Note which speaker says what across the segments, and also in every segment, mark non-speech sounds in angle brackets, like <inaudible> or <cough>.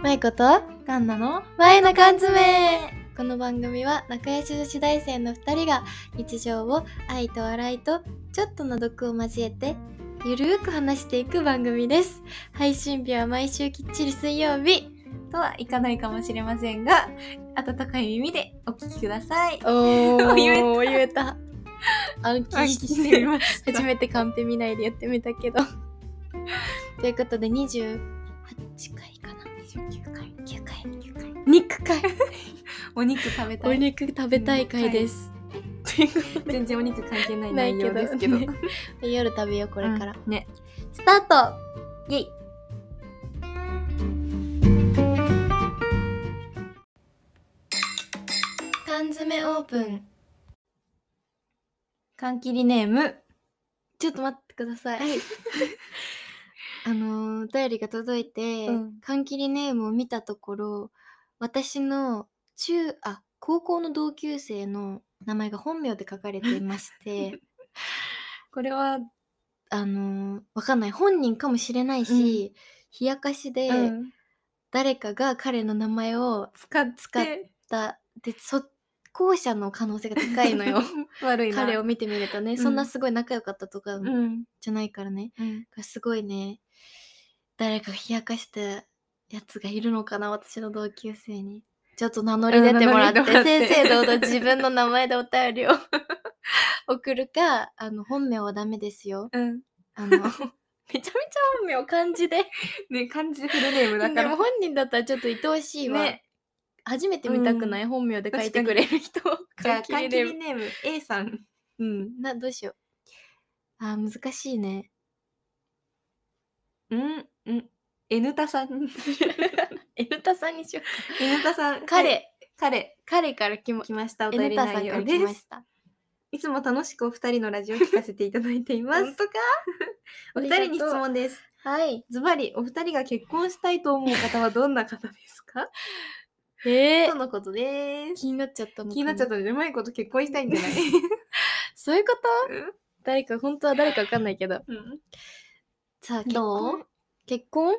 Speaker 1: まいこと
Speaker 2: ガンナの
Speaker 1: 前の缶詰この番組は仲良し女子大生の2人が日常を愛と笑いとちょっとの毒を交えてゆるーく話していく番組です配信日は毎週きっちり水曜日
Speaker 2: とはいかないかもしれませんが、温かい耳でお聞きください。
Speaker 1: お
Speaker 2: <laughs> ー
Speaker 1: 言えたあの
Speaker 2: あ
Speaker 1: 意識してる
Speaker 2: まし
Speaker 1: 初めてカンペ見ないでやってみたけど <laughs> ということで28回かな
Speaker 2: 29回、
Speaker 1: 9回
Speaker 2: 9回。
Speaker 1: 肉回
Speaker 2: お肉食べ
Speaker 1: お
Speaker 2: たい。
Speaker 1: 肉食べたい回です、
Speaker 2: 全然お肉関係ない
Speaker 1: ない
Speaker 2: 内
Speaker 1: け
Speaker 2: 容
Speaker 1: ど
Speaker 2: ですけど。
Speaker 1: ね夜食べようこれから、
Speaker 2: うんね。
Speaker 1: スタート
Speaker 2: イェイ。
Speaker 1: 缶詰オープン
Speaker 2: 缶切りネーム。
Speaker 1: ちょっと待ってください <laughs> あのーお便りが届いて、
Speaker 2: うん
Speaker 1: 缶切りネームを見たところ私の中あ高校の同級生の名前が本名で書かれていまして
Speaker 2: これは、
Speaker 1: あのーわかんない本人かもしれないし、冷やかしで
Speaker 2: うん
Speaker 1: 誰かが彼の名前を
Speaker 2: 使って、
Speaker 1: 使ってだでそ後者の可能性が高いの
Speaker 2: <laughs>
Speaker 1: よ
Speaker 2: 悪いな。
Speaker 1: 彼を見てみるとね、
Speaker 2: ん
Speaker 1: そんなすごい仲良かったとか
Speaker 2: うん。
Speaker 1: じゃないからね、
Speaker 2: うん。
Speaker 1: すごいね誰か冷やかしたやつがいるのかな私の同級生にちょっと名乗り出てもらって
Speaker 2: うん名乗り出てもらっ
Speaker 1: 正々堂々
Speaker 2: て
Speaker 1: 自分の名前でお便りを <laughs> 送るかあの本名はダメですよ
Speaker 2: うん。
Speaker 1: あの <laughs> めちゃめちゃ本名漢字 <laughs> で
Speaker 2: ね、漢字でフルネームだか
Speaker 1: でも
Speaker 2: ら。
Speaker 1: 本人だったらちょっと愛おしいわ、
Speaker 2: ね
Speaker 1: 初めて見たくない、本名で書いてくれる人
Speaker 2: じゃあ、缶切
Speaker 1: で
Speaker 2: りネーム A さん。
Speaker 1: うんなどうしようあー難しいね
Speaker 2: うん。うん。N タさん。
Speaker 1: エルタさんにしよう
Speaker 2: N タさ
Speaker 1: <laughs>
Speaker 2: ん。
Speaker 1: 彼、
Speaker 2: はい。彼。
Speaker 1: 彼から来ま
Speaker 2: 来ました。お便
Speaker 1: N
Speaker 2: り
Speaker 1: タさん
Speaker 2: 内
Speaker 1: から
Speaker 2: 容
Speaker 1: 来
Speaker 2: で。
Speaker 1: ますした
Speaker 2: いつも楽しくお二人のラジオを聞かせていただいてい <laughs> ます。
Speaker 1: 本当か
Speaker 2: お二人に質問です。
Speaker 1: はい
Speaker 2: ズバリ、お二人が結婚したいと思う方はどんな方です <laughs> か
Speaker 1: え
Speaker 2: とのことです。
Speaker 1: 気になっちゃったの
Speaker 2: 気になっちゃったので、うまいこと結婚したいんじゃない
Speaker 1: そういうこと誰か本当は誰かわかんないけど
Speaker 2: <laughs> うん
Speaker 1: さあ結
Speaker 2: ど
Speaker 1: 婚
Speaker 2: う
Speaker 1: 結婚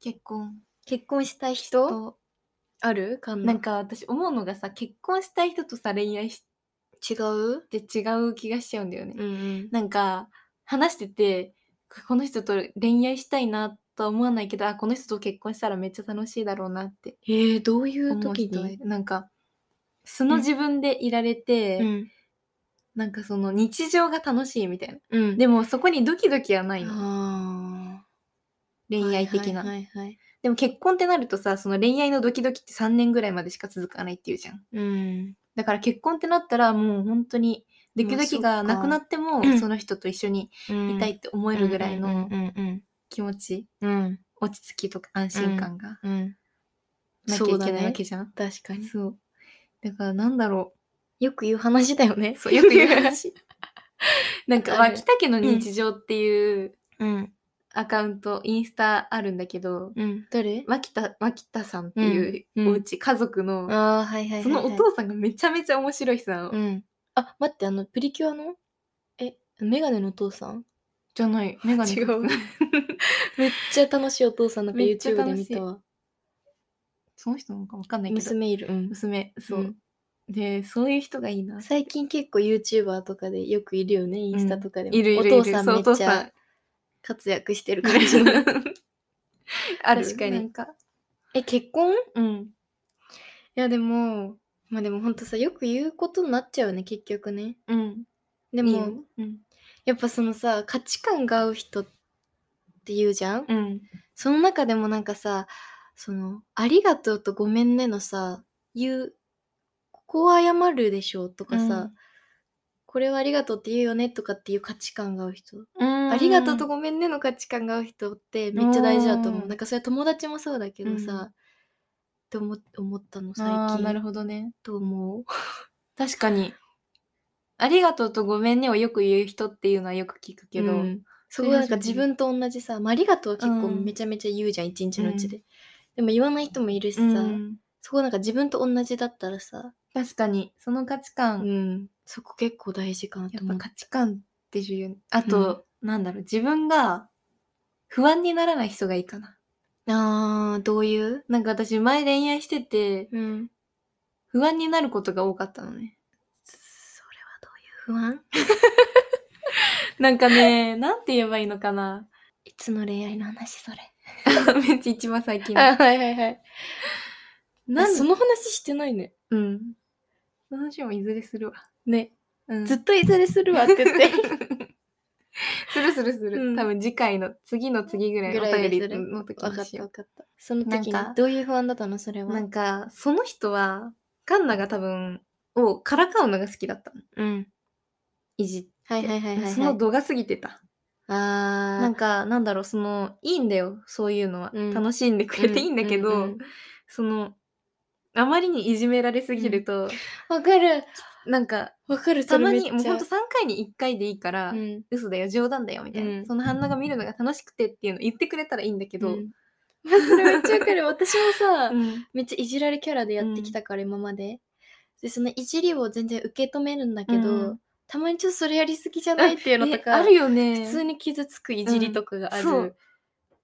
Speaker 2: 結婚。
Speaker 1: 結婚したい人あるかんな
Speaker 2: なんん
Speaker 1: か
Speaker 2: か私思うのがさ、結婚したい人とさ、恋愛し
Speaker 1: 違う
Speaker 2: て違う気がしちゃうんだよね。
Speaker 1: うん
Speaker 2: なんか、話してて、この人と恋愛したいなとは思わないけど、あ、この人と結婚したらめっちゃ楽しいだろうなって
Speaker 1: えー、どういう
Speaker 2: 思う
Speaker 1: 時
Speaker 2: 人は
Speaker 1: に
Speaker 2: なんか、素の自分でいられて、
Speaker 1: ん
Speaker 2: なんかその日常が楽しいみたいな。
Speaker 1: うん
Speaker 2: でもそこにドキドキはないの。
Speaker 1: あー
Speaker 2: 恋愛的な。
Speaker 1: はいはいはいはい
Speaker 2: でも結婚ってなるとさ、その恋愛のドキドキって3年ぐらいまでしか続かないっていうじゃん。
Speaker 1: うん
Speaker 2: だから結婚ってなったらもう本当にドキドキがなくなって
Speaker 1: ま
Speaker 2: も、
Speaker 1: あそうか
Speaker 2: その人と一緒に
Speaker 1: うん
Speaker 2: いたいって思えるぐらいの
Speaker 1: うんうん
Speaker 2: 気持ち、
Speaker 1: うんうん
Speaker 2: 落ち着きとか安心感が
Speaker 1: うんうん
Speaker 2: なきゃ
Speaker 1: そう
Speaker 2: い
Speaker 1: だ
Speaker 2: けないわ
Speaker 1: ね
Speaker 2: けじゃん。
Speaker 1: 確かに
Speaker 2: そう。だからなんだろ
Speaker 1: よく言う話だよね
Speaker 2: う。そう、よく言う <laughs> 話。なんか、
Speaker 1: ある
Speaker 2: 脇田家の日常っていう
Speaker 1: うん
Speaker 2: アカウント、インスタあるんだけど、
Speaker 1: うん誰
Speaker 2: 脇田脇田さんっていう
Speaker 1: うん
Speaker 2: おうち、家族の、
Speaker 1: ああはいはいはいはい
Speaker 2: そのお父さんがめちゃめちゃ面白い人なの、
Speaker 1: うん。あ、待って、あの、プリキュアのえ、メガネのお父さん
Speaker 2: じゃない眼 <laughs> 鏡
Speaker 1: 違うめっちゃ楽しいお父さんなんか
Speaker 2: めっち
Speaker 1: YouTube
Speaker 2: ゃ
Speaker 1: で
Speaker 2: 楽し
Speaker 1: 見
Speaker 2: い
Speaker 1: たわ。
Speaker 2: その人なんかわかんないけど
Speaker 1: 娘いる。うん。
Speaker 2: 娘そう、
Speaker 1: うん
Speaker 2: でそういう人がいいな
Speaker 1: 最近結構 YouTuber とかでよくいるよね、インスタとかでも。
Speaker 2: いるいるいる
Speaker 1: お父さん
Speaker 2: そう
Speaker 1: め
Speaker 2: お
Speaker 1: っ
Speaker 2: 父
Speaker 1: ち
Speaker 2: さ
Speaker 1: ゃ
Speaker 2: ん
Speaker 1: 活躍してる感じの。 <laughs>
Speaker 2: <laughs> ある
Speaker 1: 確かに
Speaker 2: なんか
Speaker 1: え、結婚い
Speaker 2: うん
Speaker 1: や、でも、まあでもほんとさ、よく言うことになっちゃうよね、結局ね。
Speaker 2: うん
Speaker 1: で
Speaker 2: で
Speaker 1: も、
Speaker 2: うん
Speaker 1: やっぱそのさ、価値観が合う人って言うじゃん
Speaker 2: うん
Speaker 1: その中でもなんかさ、その、ありがとうとごめんねのさ、言う、ここは謝るでしょうとかさ、これはありがとうって言うよねとかっていう価値観が合う人、
Speaker 2: うん
Speaker 1: ありがとうとごめんねの価値観が合う人ってめっちゃ大事だと思
Speaker 2: う
Speaker 1: う。
Speaker 2: ん
Speaker 1: なんかそれは友達もそうだけどさ、
Speaker 2: うん
Speaker 1: って思思ったの最
Speaker 2: あーな
Speaker 1: 近
Speaker 2: るほどね
Speaker 1: と思う。
Speaker 2: 確かにありがとうとごめんねをよく言う人っていうのはよく聞くけど、
Speaker 1: うんそこはなんか自分と同じさ、まあ、ありがとうは結構
Speaker 2: うん
Speaker 1: めちゃめちゃ言うじゃん、一日のうちで。でも言わない人もいるしさ、
Speaker 2: うん
Speaker 1: そこなんか自分と同じだったらさ、
Speaker 2: 確かにその価値観、
Speaker 1: うん、そこ結構大事かなと
Speaker 2: やっ
Speaker 1: 思
Speaker 2: ぱ
Speaker 1: う。
Speaker 2: 価値観って重要ねあと、なんだろう自分が不安にならない人がいいかな
Speaker 1: あー、どういう
Speaker 2: なんか私前恋愛してて
Speaker 1: うん。
Speaker 2: 不安になることが多かったのね。
Speaker 1: それはどういう不安
Speaker 2: なんかね、 <laughs> なんて言えばいいのかな。
Speaker 1: いつの恋愛の話それ。
Speaker 2: <laughs> めっちゃ一番最近の。
Speaker 1: あ、 <laughs> はいはいはい。
Speaker 2: なん
Speaker 1: その話してないね。
Speaker 2: うん。その話もいずれするわ。
Speaker 1: ね。
Speaker 2: うん
Speaker 1: ずっといずれするわって言って。
Speaker 2: <laughs> するするする。
Speaker 1: うん
Speaker 2: 多分次回の次の次ぐらい
Speaker 1: ぐ
Speaker 2: の
Speaker 1: ら
Speaker 2: お
Speaker 1: い
Speaker 2: 便
Speaker 1: です
Speaker 2: り
Speaker 1: る
Speaker 2: の時
Speaker 1: <laughs> わか
Speaker 2: に
Speaker 1: っ
Speaker 2: したよ
Speaker 1: わかった。その時に
Speaker 2: なんか
Speaker 1: どういう不安だったのそれ
Speaker 2: う。
Speaker 1: は。
Speaker 2: なんかその人はカンナが多分をからかうのが好きだったの。
Speaker 1: うん。
Speaker 2: いじって。
Speaker 1: はいはいはいはい、はい。
Speaker 2: その度が過ぎてた。
Speaker 1: あー
Speaker 2: なんかなんだろうそのいいんだよそういうのは、
Speaker 1: うん
Speaker 2: 楽しんでくれていいんだけど、
Speaker 1: ううんうん
Speaker 2: そのあまりにいじめられすぎると、
Speaker 1: わかる。
Speaker 2: なんか
Speaker 1: わかる。
Speaker 2: た
Speaker 1: それ
Speaker 2: ま
Speaker 1: めっ
Speaker 2: に
Speaker 1: ちゃ
Speaker 2: もうほんと3回に1回でいいから、
Speaker 1: うん。
Speaker 2: 嘘だよ冗談だよみたいな、
Speaker 1: うん
Speaker 2: その反応が見るのが楽しくてっていうの言ってくれたらいいんだけ
Speaker 1: う
Speaker 2: ど、
Speaker 1: んまあそれめっちゃわか <laughs> る。私もさ、
Speaker 2: うん
Speaker 1: めっちゃいじられキャラでやってきたから、今まで。で、そのいじりを全然受け止めるんだけど、
Speaker 2: うん
Speaker 1: たまにちょっとそれやりすぎじゃないっていうのと
Speaker 2: え
Speaker 1: か、
Speaker 2: あるよね
Speaker 1: 普通に傷つくいじりとかがある。
Speaker 2: そう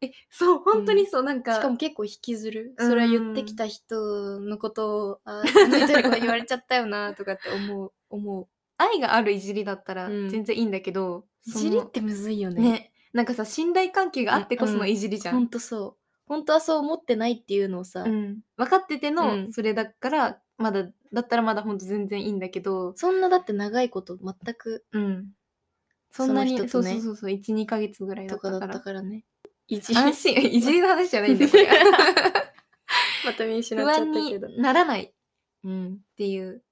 Speaker 2: えそう本当にそう、なんか
Speaker 1: しかも結構引きずる。
Speaker 2: うん
Speaker 1: それは言ってきた人のことを、あーあの人にこう言われちゃったよなとかって <laughs> 思う、思う。
Speaker 2: 愛があるいじりだったら
Speaker 1: うん
Speaker 2: 全然いいんだけど、
Speaker 1: い
Speaker 2: その
Speaker 1: じりってむずいよね。
Speaker 2: ねなんかさ信頼関係があってこそのいじりじゃ
Speaker 1: ほんとそう。本当はそう思ってないっていうのをさ、
Speaker 2: うん、分かってての、
Speaker 1: うん
Speaker 2: それだからまだだったらまだほんと全然いいんだけど、
Speaker 1: そんなだって長いこと全く
Speaker 2: うん、そんなに
Speaker 1: その
Speaker 2: そ
Speaker 1: 人と
Speaker 2: う
Speaker 1: ね
Speaker 2: そうそうそう12ヶ月ぐらいだ
Speaker 1: と
Speaker 2: った
Speaker 1: かだ
Speaker 2: か
Speaker 1: っ
Speaker 2: ら
Speaker 1: たからね。いじ <laughs>
Speaker 2: 安心いじりの話じゃないんだよこれ <laughs>
Speaker 1: また見失
Speaker 2: 不
Speaker 1: っちゃ
Speaker 2: 安
Speaker 1: ったけど。
Speaker 2: にならないっ
Speaker 1: うん。
Speaker 2: ていう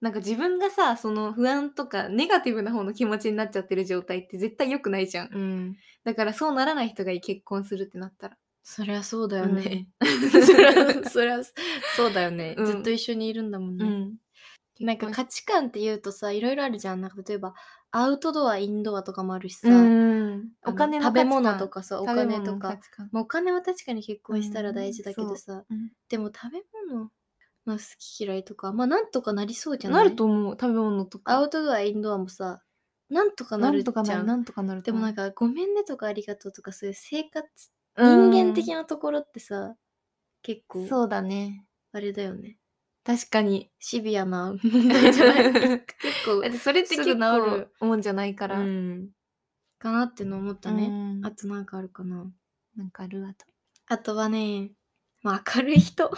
Speaker 2: なんか自分がさその不安とかネガティブな方の気持ちになっちゃってる状態って絶対良くないじゃん
Speaker 1: うん。
Speaker 2: だからそうならない人がいい結婚するってなったら
Speaker 1: そりゃそうだ
Speaker 2: だ
Speaker 1: よ
Speaker 2: よ
Speaker 1: ね。
Speaker 2: ね、
Speaker 1: そりゃ、そりゃ、そうだよね、
Speaker 2: うん
Speaker 1: ずっと一緒にいるんだもんね。
Speaker 2: うん
Speaker 1: なんか
Speaker 2: 結
Speaker 1: 価値観って言うとさいろいろあるじゃんなんか例えばアウトドアインドアとかもあるしさ、
Speaker 2: うん
Speaker 1: あの
Speaker 2: お金の
Speaker 1: 食べ物と
Speaker 2: か
Speaker 1: かさお金とか、まあ、お金は確かに結婚したら
Speaker 2: うん
Speaker 1: 大事だけどさ、
Speaker 2: うん
Speaker 1: でも食べ物の好き嫌いとかまあなんとかなりそうじゃな
Speaker 2: ないると思う食べ物と
Speaker 1: ア
Speaker 2: か
Speaker 1: ウトドアインドアもさなんとかな
Speaker 2: な
Speaker 1: る
Speaker 2: ん
Speaker 1: じ
Speaker 2: とかな
Speaker 1: ゃ
Speaker 2: る
Speaker 1: ん
Speaker 2: なんとかなる
Speaker 1: でもなん
Speaker 2: か
Speaker 1: か「ごめんね」とか「ありがとう」とかそういう生活
Speaker 2: うん
Speaker 1: 人間的なところってさ結構
Speaker 2: そうだね
Speaker 1: あれだよね
Speaker 2: 確かに
Speaker 1: シビアな問題じゃ
Speaker 2: <laughs>
Speaker 1: ない結構
Speaker 2: だってそれって
Speaker 1: すぐ
Speaker 2: 結
Speaker 1: 治
Speaker 2: 構
Speaker 1: る
Speaker 2: もんじゃないから、
Speaker 1: うんかなっての思った
Speaker 2: う
Speaker 1: ね、
Speaker 2: ん
Speaker 1: あとなんかあるかな
Speaker 2: なんかあるあと
Speaker 1: あとはね、まあ、明るい
Speaker 2: <laughs>
Speaker 1: 人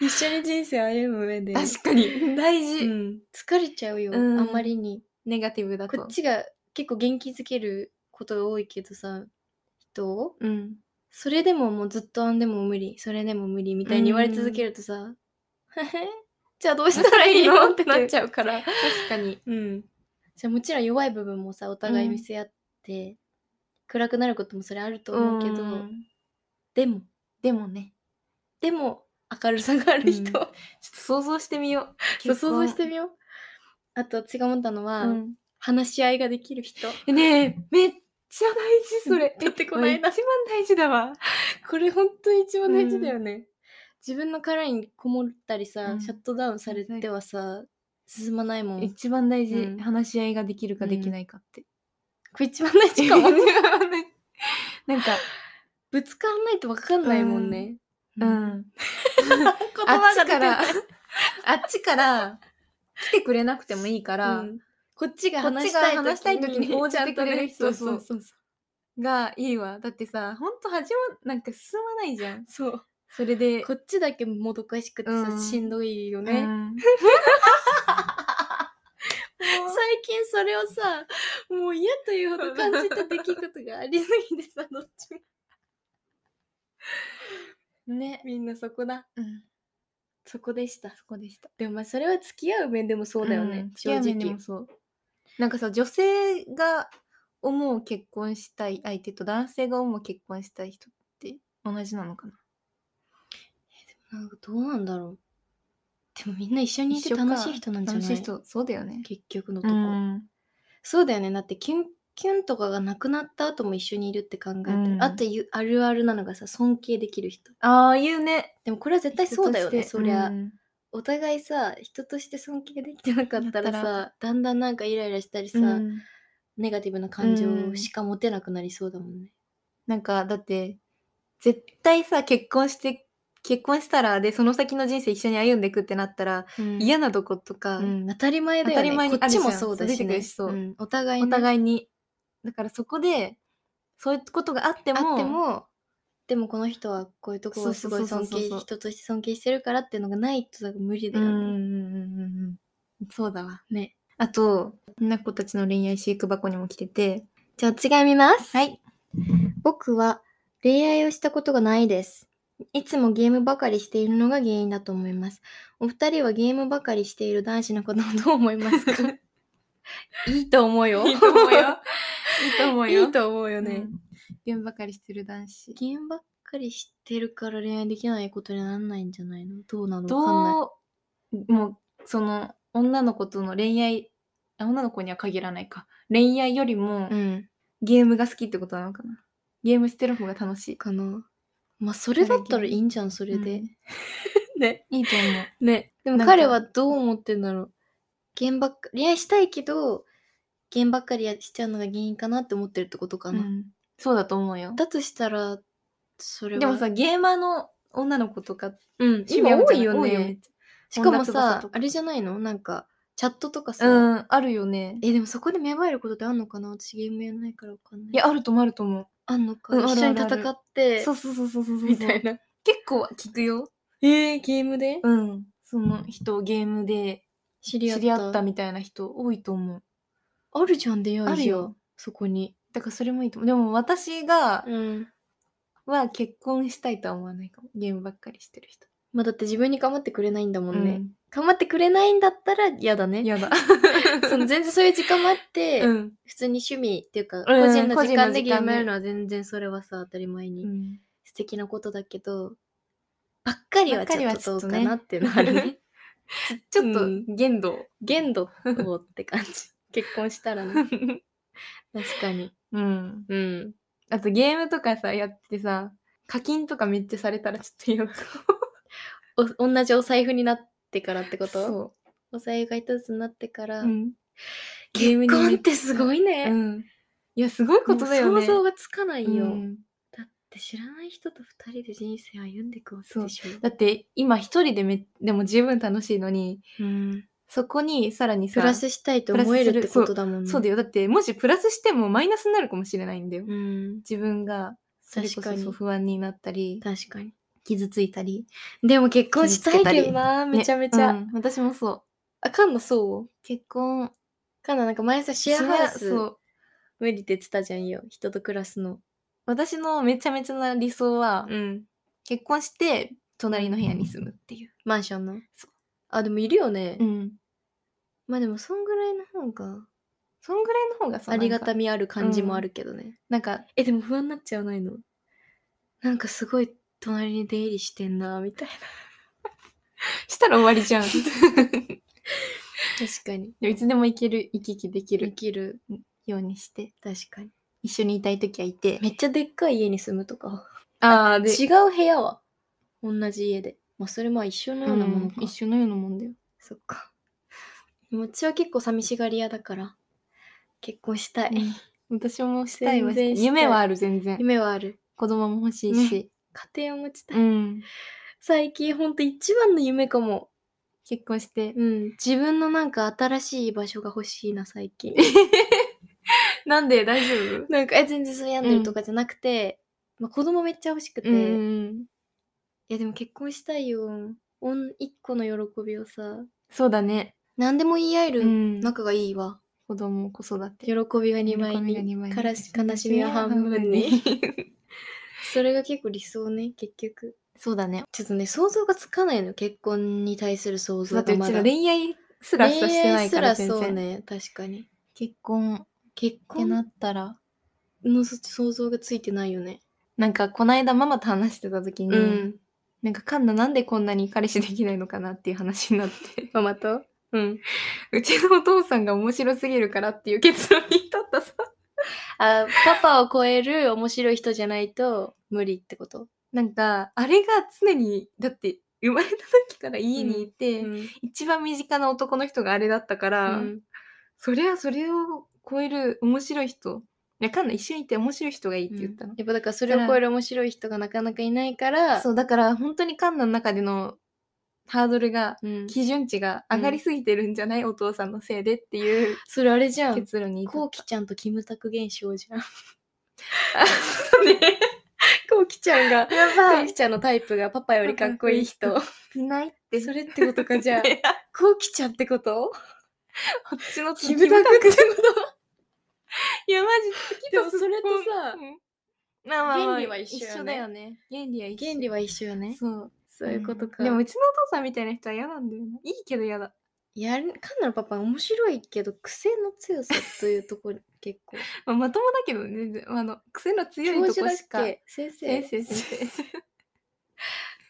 Speaker 1: 一緒に人生歩む上で
Speaker 2: かに大事、
Speaker 1: うん、疲れちゃうよ、
Speaker 2: うん
Speaker 1: あんまりに
Speaker 2: ネガティブだと
Speaker 1: こっちが結構元気づけることが多いけどさ人を
Speaker 2: うん
Speaker 1: それでももうずっとあんでも無理それでも無理みたいに言われ続けるとさ「へへじゃあどうしたらいい
Speaker 2: <laughs>
Speaker 1: の?」ってなっちゃうから
Speaker 2: 確かに
Speaker 1: うん、じゃあもちろん弱い部分もさお互い見せ合って、暗くなることもそれあると思うけど、
Speaker 2: うん
Speaker 1: でも
Speaker 2: でもね
Speaker 1: でも明るさがある人、
Speaker 2: うんちょっと想像してみよう
Speaker 1: <laughs> そう想像して
Speaker 2: み
Speaker 1: みようあと私が思ったのは、
Speaker 2: うん
Speaker 1: 話し合いができる人
Speaker 2: えねえめっちゃ大事それ
Speaker 1: だってこの間
Speaker 2: 一番大事だわ
Speaker 1: これ本当に一番大事だよね、自分の殻にこもったりさ、
Speaker 2: うん
Speaker 1: シャットダウンされてはさ進まないもんこ
Speaker 2: 一番大事、
Speaker 1: うん
Speaker 2: 話し合いができるかできないかって、
Speaker 1: れ一番大事かも
Speaker 2: <laughs> なんか
Speaker 1: ぶつからないと分かんないもんね、う
Speaker 2: う
Speaker 1: ん
Speaker 2: ん
Speaker 1: 言
Speaker 2: あっ
Speaker 1: 葉が
Speaker 2: ち
Speaker 1: 出て
Speaker 2: か
Speaker 1: こな
Speaker 2: ら、あっちから来てくれなくてもいいから、
Speaker 1: うんこっちが
Speaker 2: こっ
Speaker 1: 話
Speaker 2: ち
Speaker 1: し
Speaker 2: が
Speaker 1: たい
Speaker 2: 話したい時に応じてくれる人
Speaker 1: ちゃんとね
Speaker 2: そう
Speaker 1: そうそうそ
Speaker 2: がいいわ。だってさ、ほんと始ま、なんか進まないじゃん。
Speaker 1: うそう
Speaker 2: それで、
Speaker 1: こっちだけもどかしくてさ、
Speaker 2: うん
Speaker 1: しんどいよね、
Speaker 2: うん
Speaker 1: <laughs> 最近それをさもう嫌というほど感じた出来事がありすぎてさどっちも
Speaker 2: <laughs> ね、
Speaker 1: みんなそこだそこでした
Speaker 2: そこでした。
Speaker 1: でもまあそれは付き合う面でもそうだよね、
Speaker 2: ん
Speaker 1: 正
Speaker 2: 付き合う面で
Speaker 1: 直
Speaker 2: もそう。なんかさ、女性が思う結婚したい相手と男性が思う結婚したい人って同じなのかな
Speaker 1: なんかどうなんだろうでもみんな一緒にいて
Speaker 2: 一緒か
Speaker 1: 楽しい人なんじゃ
Speaker 2: 楽
Speaker 1: ない
Speaker 2: しい人、そうだよね。
Speaker 1: 結局のと
Speaker 2: う
Speaker 1: こ、
Speaker 2: ん
Speaker 1: そうだよねだってキュンキュンとかがなくなった後も一緒にいるって考えたら、
Speaker 2: うん
Speaker 1: あとゆあるあるなのがさ尊敬できる人
Speaker 2: ああいうね。
Speaker 1: でもこれは絶対そうだよね
Speaker 2: 人として
Speaker 1: そりゃ、
Speaker 2: うん
Speaker 1: お互いさ人として尊敬できてなかったら
Speaker 2: だ
Speaker 1: さ
Speaker 2: った
Speaker 1: だんだんなんかイライラしたりさ、
Speaker 2: うん
Speaker 1: ネガティブな感
Speaker 2: う
Speaker 1: 情
Speaker 2: ん
Speaker 1: しか持てなくなりそうだもんね。
Speaker 2: なんかだって絶対さ結婚して結婚したらでその先の人生一緒に歩んでいくってなったら、
Speaker 1: うん
Speaker 2: 嫌なとことか、
Speaker 1: うん、当たり前だよね
Speaker 2: 当たり前に
Speaker 1: こっちもそうだし,、ね、
Speaker 2: 出てくるしそうん
Speaker 1: お互い
Speaker 2: お
Speaker 1: に
Speaker 2: 互いにだからそこでそういうことがあっても
Speaker 1: あってもでもこの人はこういうところをすごい尊
Speaker 2: そうそうそう
Speaker 1: 敬
Speaker 2: そうそう
Speaker 1: 人として尊敬してるからっていうのがないとだから無理だ
Speaker 2: うん
Speaker 1: よ
Speaker 2: うん
Speaker 1: ね。
Speaker 2: うんうんうんそうだわ
Speaker 1: ね
Speaker 2: あとみんな子たちの恋愛飼育箱にも来てて
Speaker 1: じゃあ違い見ます。
Speaker 2: <laughs> はい
Speaker 1: 僕は恋愛をしたことがないです。いつもゲームばかりしているのが原因だと思います。お二人はゲームばかりしている男子のことをどう思いますかい <laughs> いと思うよ。
Speaker 2: <laughs> いいと思うよ。い <laughs> いと思うよ
Speaker 1: いいと思うよね。
Speaker 2: うんゲームばかりしてる男子
Speaker 1: ゲームばっかりしてるから恋愛できないことにならないんじゃないのどうなのわかんない。
Speaker 2: どうもうその女の子との恋愛あ女の子には限らないか恋愛よりも、
Speaker 1: うん。
Speaker 2: ゲームが好きってことなのかなゲームしてる方が楽しい
Speaker 1: かな。まあ、それだったらいいんじゃん、それで。 <laughs> ね。
Speaker 2: いいと思う
Speaker 1: ね。でも
Speaker 2: なんか
Speaker 1: 彼はどう思ってんだろう。ゲームばっか恋愛したいけど、ゲームばっかりやしちゃうのが原因かなって思ってるってことかな。
Speaker 2: うんそうだと思うよ
Speaker 1: だとしたら、それは。
Speaker 2: でもさ、ゲーマーの女の子とか
Speaker 1: うん、
Speaker 2: 趣
Speaker 1: 今
Speaker 2: 味
Speaker 1: 多
Speaker 2: ある
Speaker 1: い
Speaker 2: じゃな
Speaker 1: よ
Speaker 2: 多めっ
Speaker 1: ね。
Speaker 2: ち
Speaker 1: しかも
Speaker 2: 女翼
Speaker 1: さ
Speaker 2: と、か
Speaker 1: あれじゃないのなんか、チャットとか
Speaker 2: ゃ
Speaker 1: さ、
Speaker 2: うんあるよね
Speaker 1: え、でもそこで芽生えることってあんのかな私ゲームやんないからわかんない。
Speaker 2: いやあると思うあると思う
Speaker 1: あんのか、
Speaker 2: うんある
Speaker 1: 一緒に
Speaker 2: あるある
Speaker 1: 戦って
Speaker 2: そうそうそうそうそうそう
Speaker 1: みたいな
Speaker 2: 結構聞くよ
Speaker 1: えー、ゲームで、
Speaker 2: うんその人ゲームで
Speaker 1: 知り合っ
Speaker 2: 知
Speaker 1: た
Speaker 2: り合ったみたいな人多いと思う
Speaker 1: あるじゃん出会い
Speaker 2: あるよ
Speaker 1: そこに
Speaker 2: だからそれもいいと思うでも私が、
Speaker 1: うん
Speaker 2: は結婚したいとは思わないかもゲームばっかりしてる人
Speaker 1: まあだって自分に頑張ってくれないんだもんね、
Speaker 2: ね、
Speaker 1: 頑張ってくれないんだったら嫌だね
Speaker 2: やだ
Speaker 1: <laughs> その全然 <laughs> そういう時間もあって、
Speaker 2: うん、
Speaker 1: 普通に趣味っていうか、
Speaker 2: うん
Speaker 1: 個人の時間で
Speaker 2: 個人の時間で
Speaker 1: ゲームやるのは全然それはさ当たり前に、素敵なことだけどばっかりはちょっとどうかなっていうのはある <laughs> ね
Speaker 2: ちょっと
Speaker 1: うん
Speaker 2: 限度、
Speaker 1: 限度をって感じ結婚したらね確かに
Speaker 2: <laughs> うん、
Speaker 1: うん
Speaker 2: あとゲームとかさやってさ課金とかめっちゃされたらちょっと嫌だ
Speaker 1: お同じお財布になってからってこと
Speaker 2: そ
Speaker 1: お財布が一つになってから、
Speaker 2: う、うん
Speaker 1: ゲームに
Speaker 2: 結婚って
Speaker 1: すごいね
Speaker 2: うん、いやすごいことだよね
Speaker 1: 想像がつかないよ、
Speaker 2: うん
Speaker 1: だって知らない人と二人で人生歩んでいくわけ
Speaker 2: そう
Speaker 1: でしょ
Speaker 2: だって今一人でめでも十分楽しいのに
Speaker 1: うん
Speaker 2: そこにさらにさ
Speaker 1: プラスしたいと思えるってことだもんね
Speaker 2: そうだよだってもしプラスしてもマイナスになるかもしれないんだよ、
Speaker 1: うん
Speaker 2: 自分がそれこ
Speaker 1: 確か
Speaker 2: そ
Speaker 1: に
Speaker 2: そう不安になったり
Speaker 1: 確かに
Speaker 2: 傷ついたり
Speaker 1: でも結婚したいけどな
Speaker 2: ね
Speaker 1: めちゃめちゃ、
Speaker 2: うん私もそう
Speaker 1: あかんのそう
Speaker 2: 結婚
Speaker 1: かんななんか前さシェアハウス
Speaker 2: そう
Speaker 1: 無理って言ってたじゃんよ人と暮らすの
Speaker 2: 私のめちゃめちゃな理想は、
Speaker 1: うん
Speaker 2: 結婚して隣の部屋に住むっていう、
Speaker 1: マンションの
Speaker 2: そう
Speaker 1: あでもいるよね、
Speaker 2: ん、
Speaker 1: まあでもそんぐらいの方が
Speaker 2: そんぐらいの方がさ
Speaker 1: ありがた
Speaker 2: み
Speaker 1: みある感じもあるけどね、
Speaker 2: なんか
Speaker 1: えでも不安になっちゃわないのなんかすごい隣に出入りしてんなみたいな
Speaker 2: したら終わり <laughs> じゃん
Speaker 1: 確かに
Speaker 2: でもいつでも行ける行き来でき
Speaker 1: で
Speaker 2: る
Speaker 1: きる
Speaker 2: ようにして
Speaker 1: 確かに
Speaker 2: 一緒にいたい時はいて
Speaker 1: めっちゃでっかい家に住むとか
Speaker 2: ああで
Speaker 1: 違う部屋は同じ家でまあそれまあ一緒のようなものか、
Speaker 2: うん一緒のようなもんだよ
Speaker 1: そっかうちは結構寂しがり屋だから結婚したい、
Speaker 2: 私もしたいわ
Speaker 1: 全然したい
Speaker 2: 夢はある全然
Speaker 1: 夢はある
Speaker 2: 子供も欲しいし、
Speaker 1: 家庭を持ちたい、
Speaker 2: うん
Speaker 1: 最近ほんと一番の夢かも
Speaker 2: 結婚して
Speaker 1: うん自分のなんか新しい場所が欲しいな最近
Speaker 2: <laughs> なんで大丈夫
Speaker 1: なんかえ全然それやんでるとかじゃなくて、まあ、子供めっちゃ欲しくて、
Speaker 2: う
Speaker 1: い
Speaker 2: ん
Speaker 1: やでも結婚したいよおん一個の喜びをさ
Speaker 2: そうだね、
Speaker 1: 何でも言い合え
Speaker 2: う
Speaker 1: る
Speaker 2: ん、
Speaker 1: 仲がいいわ、
Speaker 2: 子供子育て
Speaker 1: 喜びが2倍
Speaker 2: 喜び
Speaker 1: に
Speaker 2: が二倍に
Speaker 1: からし悲しみは半分に <laughs> それが結構理想ね結局
Speaker 2: そうだね
Speaker 1: ちょっとね想像がつかないの結婚に対する想像
Speaker 2: だっ
Speaker 1: が
Speaker 2: てう
Speaker 1: ま
Speaker 2: ち
Speaker 1: だ
Speaker 2: ら恋愛すらさしてないから
Speaker 1: 恋愛
Speaker 2: 全
Speaker 1: すらそう
Speaker 2: 然、
Speaker 1: ね確かに
Speaker 2: 結婚っ
Speaker 1: 結
Speaker 2: てな
Speaker 1: 婚
Speaker 2: ったら
Speaker 1: のそ想像がついてないよね
Speaker 2: なんかこの間ママと話してた時に、なんかカンナなんでこんなに彼氏できないのかなっていう話になって <laughs>
Speaker 1: ママとうん
Speaker 2: うちのお父さんが面白すぎるからっていう結論に至った
Speaker 1: <laughs>
Speaker 2: さ
Speaker 1: あパパを超える面白い人じゃないと無理ってこと、
Speaker 2: なんかあれが常にだって生まれた時から家にいて、一番身近な男の人があれだったから、
Speaker 1: うん
Speaker 2: そりゃそれを超える面白い人やかんない一緒にいて面白い人がいいって言ったの、
Speaker 1: やっぱだからそれを超える面白い人がなかなかいないから
Speaker 2: そうだから本当にカンナの中でのハードルが
Speaker 1: うん、
Speaker 2: 基準値が上がりすぎてるんじゃない、お父さんのせいでっていう
Speaker 1: それあれじゃん
Speaker 2: 結論に至
Speaker 1: こう
Speaker 2: っ
Speaker 1: きちゃんとキムタク現象じゃん
Speaker 2: たね
Speaker 1: <laughs> こうきちゃんが
Speaker 2: や
Speaker 1: こうきちゃんのタイプがパパよりかっこいい
Speaker 2: パパ
Speaker 1: 人
Speaker 2: いないっ
Speaker 1: で
Speaker 2: て
Speaker 1: それってことか
Speaker 2: <laughs>
Speaker 1: じゃあ
Speaker 2: ね
Speaker 1: こうきちゃんってこと
Speaker 2: こっちの
Speaker 1: キムタクってこと
Speaker 2: いやマジ
Speaker 1: でもそれとさ
Speaker 2: うんまあまあまあ
Speaker 1: 原理は一緒よね
Speaker 2: だよね原理は一緒
Speaker 1: 原理は一緒よね
Speaker 2: そう
Speaker 1: そういうことか、
Speaker 2: んでもうちのお父さんみたいな人は嫌なんだよないいけど嫌だ
Speaker 1: やるカンナのパパ面白いけど癖の強さというと
Speaker 2: <laughs>
Speaker 1: ころ結構
Speaker 2: まあ、まともだけどね全然あの癖の強いとこしか
Speaker 1: 先生
Speaker 2: 先生先生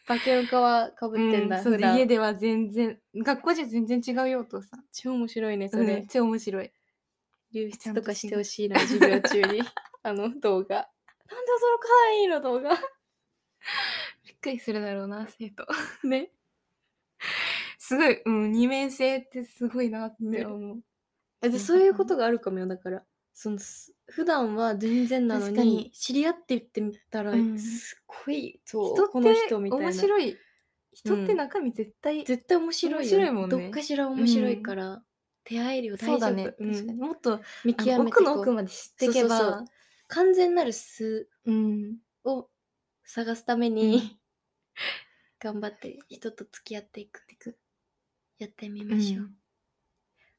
Speaker 1: 化けの皮かぶってんだ、
Speaker 2: うんそう
Speaker 1: 普
Speaker 2: で
Speaker 1: 段
Speaker 2: 家では全然学校じゃ全然違うよお父さん
Speaker 1: 超面白いねそ
Speaker 2: うん
Speaker 1: れ、
Speaker 2: めっちゃ面白い
Speaker 1: 流出とかしてほしいな
Speaker 2: ちゃんと
Speaker 1: 授業中
Speaker 2: <laughs>
Speaker 1: にあの動画なんでその可愛いの動
Speaker 2: <laughs>
Speaker 1: 画
Speaker 2: びっくりするだろうな生徒 <laughs>
Speaker 1: ね
Speaker 2: すごい、うん、二面性ってすごいなって思う、
Speaker 1: えでそういうことがあるかもよだからそのす普段は全然なのに
Speaker 2: 確かに
Speaker 1: 知り合って言ってみたら、
Speaker 2: うん
Speaker 1: すっごいそう
Speaker 2: 人って
Speaker 1: この人みたいな
Speaker 2: 面白い人って中身絶対、
Speaker 1: 絶対面白いよ
Speaker 2: 面白いもんね
Speaker 1: どっかしら面白いから、手配量大丈
Speaker 2: そ
Speaker 1: 夫
Speaker 2: うだね、
Speaker 1: ん
Speaker 2: 確かにもっと
Speaker 1: 見
Speaker 2: あ
Speaker 1: 極め
Speaker 2: の
Speaker 1: て
Speaker 2: 奥の
Speaker 1: こ
Speaker 2: 奥
Speaker 1: う
Speaker 2: まで知っていけば
Speaker 1: そうそうそう完全なる素
Speaker 2: うん
Speaker 1: を探すために、頑張って人と付き合っていくやってみましょう、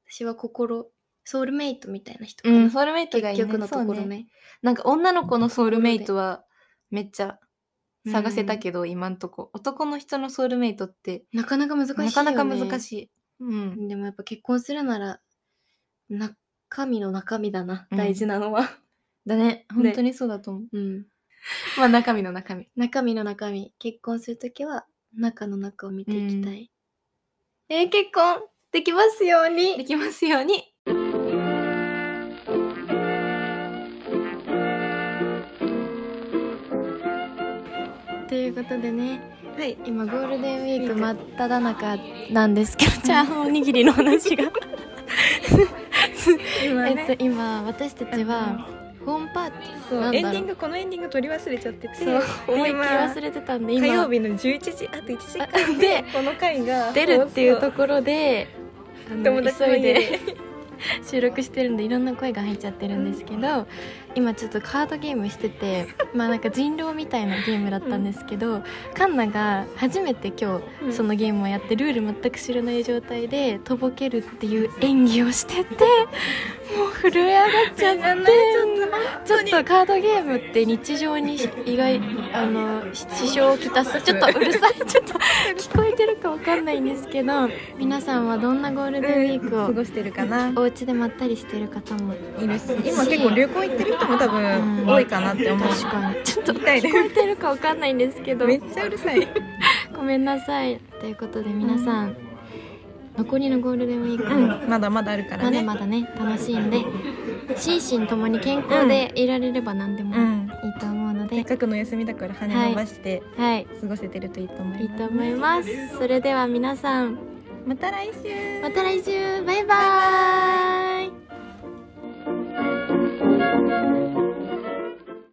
Speaker 1: 私は心ソウルメイトみたいな人か
Speaker 2: う
Speaker 1: な、
Speaker 2: ん、ソウルメイトが
Speaker 1: 結
Speaker 2: いない
Speaker 1: 局のところ
Speaker 2: そうね
Speaker 1: ね
Speaker 2: なんか女の子のソウルメイトはめっちゃ探せた
Speaker 1: ど、
Speaker 2: けど、今んとこ男の人のソウルメイトって
Speaker 1: なかなか難しいよ、ね、
Speaker 2: なかなか難しい、うん、
Speaker 1: でもやっぱ結婚するなら中身の中身だな
Speaker 2: うん
Speaker 1: 大事なのは、
Speaker 2: だね本当にそうだと思う、
Speaker 1: うん、
Speaker 2: まあ中身の中身
Speaker 1: 中身の中身結婚するときは中の中を見ていきたい、えー結婚できますよう
Speaker 2: <laughs> で
Speaker 1: に
Speaker 2: きますように
Speaker 1: ということでね
Speaker 2: はい
Speaker 1: 今ゴールデンウィーク真っ只中なんですけど <laughs> チャーハンおにぎりの話 <laughs> が
Speaker 2: 今
Speaker 1: えっと今私たちはホームパーティーなんだろう
Speaker 2: グこのエンディング取り忘れちゃって
Speaker 1: そう思いっきり忘れてたんで今
Speaker 2: 日の11時あと1時
Speaker 1: 間 <laughs> で
Speaker 2: この回が
Speaker 1: 出るっていうところであの
Speaker 2: 友達の
Speaker 1: 急
Speaker 2: 家
Speaker 1: い
Speaker 2: で
Speaker 1: で
Speaker 2: <laughs>
Speaker 1: 収録してるんでいろんな声が入っちゃってるんですけど今ちょっとカードゲームして <laughs> てまあなんか人狼みたいなゲームだったんですけど、カンナが初めて今
Speaker 2: う
Speaker 1: 日
Speaker 2: ん <laughs>
Speaker 1: そのゲームをやってルール全く知らない状態でとぼけるっていう演技をしててもう震え上がっちゃってちょっとカードゲームって日常に意外あの支障をきたすちょっと <laughs> うるさいちょっと聞こえてるかわかんないんですけど皆さんはどんなゴールデンウィー
Speaker 3: 過
Speaker 1: ク
Speaker 3: ごしてるかな
Speaker 1: をお家でまったりしてる方も
Speaker 3: いるし今結構旅行行ってる人も多
Speaker 1: うん
Speaker 3: 分多いかなって思う
Speaker 1: 確かにちょっと聞
Speaker 3: 痛いね
Speaker 1: こえてるかわかんないんですけど
Speaker 3: めっちゃうるさい
Speaker 1: ごめんなさいということで皆さん残りのゴールデンウィーク
Speaker 3: う
Speaker 1: も
Speaker 3: んまだまだあるから
Speaker 1: まだ
Speaker 3: ね
Speaker 1: まだね楽しんで心身ともに健康でいられれば何でも
Speaker 3: う
Speaker 1: い
Speaker 3: ん
Speaker 1: いと思うので、
Speaker 3: せっかくのお休みだから羽伸ばして
Speaker 1: はい
Speaker 3: 過ごせてるといいと思
Speaker 1: い
Speaker 3: い
Speaker 1: いと
Speaker 3: ま
Speaker 1: 思いますそれでは皆さん
Speaker 3: すまた来週
Speaker 1: また来週バイバーイ